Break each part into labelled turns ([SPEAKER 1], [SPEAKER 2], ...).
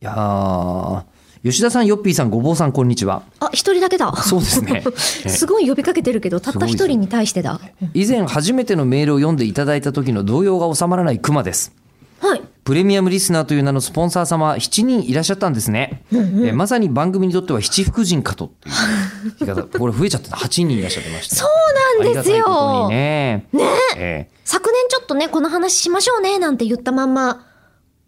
[SPEAKER 1] いやー吉田さん、ヨッピーさん、ごぼうさん、こんにちは。
[SPEAKER 2] あ、一人だけだ。
[SPEAKER 1] そうです ね
[SPEAKER 2] すごい呼びかけてるけど、たった一人に対してだ。
[SPEAKER 1] 以前、初めてのメールを読んでいただいた時の動揺が収まらないクマです。
[SPEAKER 2] はい。
[SPEAKER 1] プレミアムリスナーという名のスポンサー様、7人いらっしゃったんですね。えーまさに番組にとっては七福神かとっていう言い方。これ増えちゃってた。8人いらっしゃってました。
[SPEAKER 2] そうなんです
[SPEAKER 1] ありがたいこと
[SPEAKER 2] よ。
[SPEAKER 1] にね。ねえ
[SPEAKER 2] 昨年ちょっとね、この話しましょうね、なんて言ったまんま、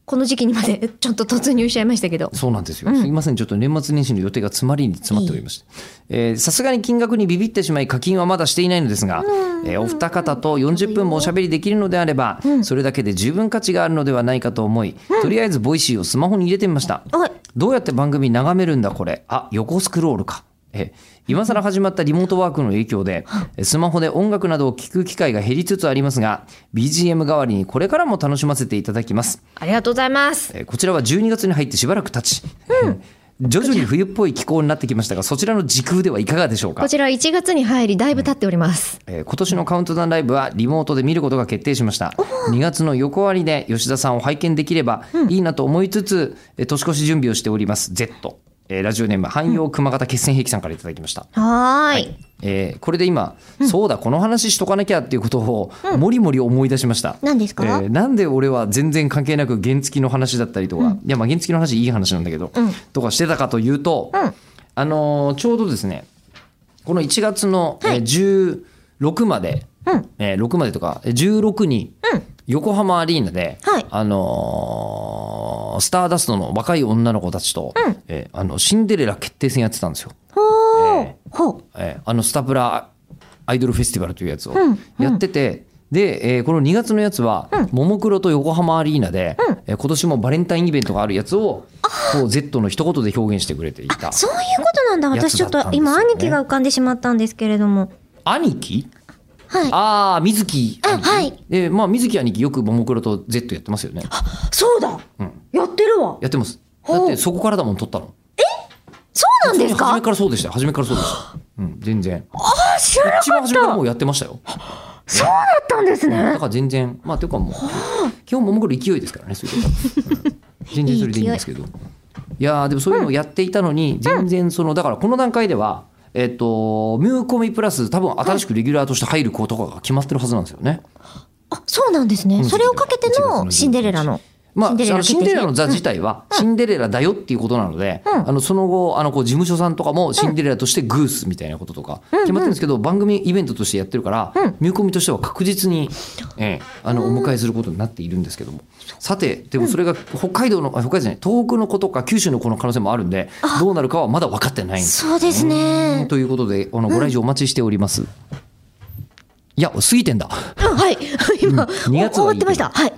[SPEAKER 2] この時期にまで ちょっと突入しちゃいましたけど
[SPEAKER 1] ー。そうなんですよ、すいません。ちょっと年末年始の予定が詰まりに詰まっておりまして。えーさすがに金額にビビってしまい課金はまだしていないのですが、えーお二方と40分もおしゃべりできるのであれば、それだけで十分価値があるのではないかと思い、とりあえずボイシーをスマホに入れてみました。
[SPEAKER 2] はい。
[SPEAKER 1] どうやって番組眺めるんだこれあ横スクロールかえ今更始まったリモートワークの影響でスマホで音楽などを聴く機会が減りつつありますが BGM 代わりにこれからも楽しませていただきます
[SPEAKER 2] ありがとうございます。
[SPEAKER 1] えこちらは12月に入ってしばらく経ち、 徐々に冬っぽい気候になってきましたがそちらの時空ではいかがでしょうか
[SPEAKER 2] こちら1月に入り、だいぶ経っております。
[SPEAKER 1] えー今年のカウントダウンライブはリモートで見ることが決定しました2月の横割りで吉田さんを拝見できればいいなと思いつつ、えー年越し準備をしております Z、えーラジオネーム汎用熊形決戦兵器さんからいただきました、
[SPEAKER 2] はーい,、
[SPEAKER 1] えーこれで今、そうだこの話しとかなきゃっていうことをもりもり思い出しました、
[SPEAKER 2] 何ですか、
[SPEAKER 1] えーなんで俺は全然関係なく原付の話だったりとか、いやまあ原付の話いい話なんだけど、とかしてたかというと、
[SPEAKER 2] ん
[SPEAKER 1] あのーちょうどですねこの1月の、えー16まで、
[SPEAKER 2] うん
[SPEAKER 1] えー6までとかえー16に
[SPEAKER 2] うん
[SPEAKER 1] 横浜アリーナで、
[SPEAKER 2] はい
[SPEAKER 1] あのースターダストの若い女の子たちと、えーあのシンデレラ決定戦やってたんですよ。
[SPEAKER 2] ほう、
[SPEAKER 1] え
[SPEAKER 2] ほう。
[SPEAKER 1] えーあのスタプラアイドルフェスティバルというやつをやってて、で、えーこの2月のやつは、ももクロと横浜アリーナで、えー今年もバレンタインイベントがあるやつを、こう Z の一言で表現してくれていた。
[SPEAKER 2] そういうことなんだ。
[SPEAKER 1] や
[SPEAKER 2] 私
[SPEAKER 1] つ
[SPEAKER 2] ち
[SPEAKER 1] だ
[SPEAKER 2] ょ
[SPEAKER 1] っ
[SPEAKER 2] った
[SPEAKER 1] ん
[SPEAKER 2] と、
[SPEAKER 1] ですよね
[SPEAKER 2] 今、兄貴が浮かんでしまったんですけれども。
[SPEAKER 1] 兄貴
[SPEAKER 2] はい。
[SPEAKER 1] ああ、水木
[SPEAKER 2] あ
[SPEAKER 1] 兄貴。
[SPEAKER 2] はい
[SPEAKER 1] えーまあ、水木兄貴よくももクロと Z やってますよね。
[SPEAKER 2] そうだ、やってるわ。
[SPEAKER 1] やってます。
[SPEAKER 2] ほう
[SPEAKER 1] だってそこからだもん撮ったの。
[SPEAKER 2] そうなんです
[SPEAKER 1] 初め
[SPEAKER 2] か
[SPEAKER 1] からそうでしたよ。初めからそうでした。うん、全然。
[SPEAKER 2] あ、知らなか
[SPEAKER 1] 一番初めからもうやってましたよ。
[SPEAKER 2] ったんです
[SPEAKER 1] だ
[SPEAKER 2] ね。
[SPEAKER 1] から全然、まあ、というかもう、基本、ももクロ勢いですからね、そういうことはうん全然それでいいんですけ ど。いやーでもそういうのをやっていたのに、全然その、だからこの段階では、えっと、ミューコミプラス、多分新しくレギュラーとして入る子とかが決まってるはずなんですよね。
[SPEAKER 2] あ、そうなんですね。
[SPEAKER 1] ん
[SPEAKER 2] それをかけてのシンデレラの。
[SPEAKER 1] まあ、
[SPEAKER 2] シンデレラ
[SPEAKER 1] あのシン
[SPEAKER 2] 決定
[SPEAKER 1] デ
[SPEAKER 2] 戦
[SPEAKER 1] レラの座自体は、シンデレラだよっていうことなので、あのその後、あのこう事務所さんとかもシンデレラとしてグースみたいなこととか決まってるんですけど、番組イベントとしてやってるから、見込みとしては確実に、ええあのお迎えすることになっているんですけども、さて、でもそれが北海道の、あ北海道じゃない、東北の子とか九州の子の可能性もあるんで、どうなるかはまだ分かってないんです。
[SPEAKER 2] そうですね。
[SPEAKER 1] ということで、あのご来場お待ちしております。いや、過ぎてんだ。
[SPEAKER 2] はい。今、
[SPEAKER 1] 2月
[SPEAKER 2] 終
[SPEAKER 1] は
[SPEAKER 2] わ
[SPEAKER 1] いいけ
[SPEAKER 2] って
[SPEAKER 1] ど
[SPEAKER 2] ました。はい。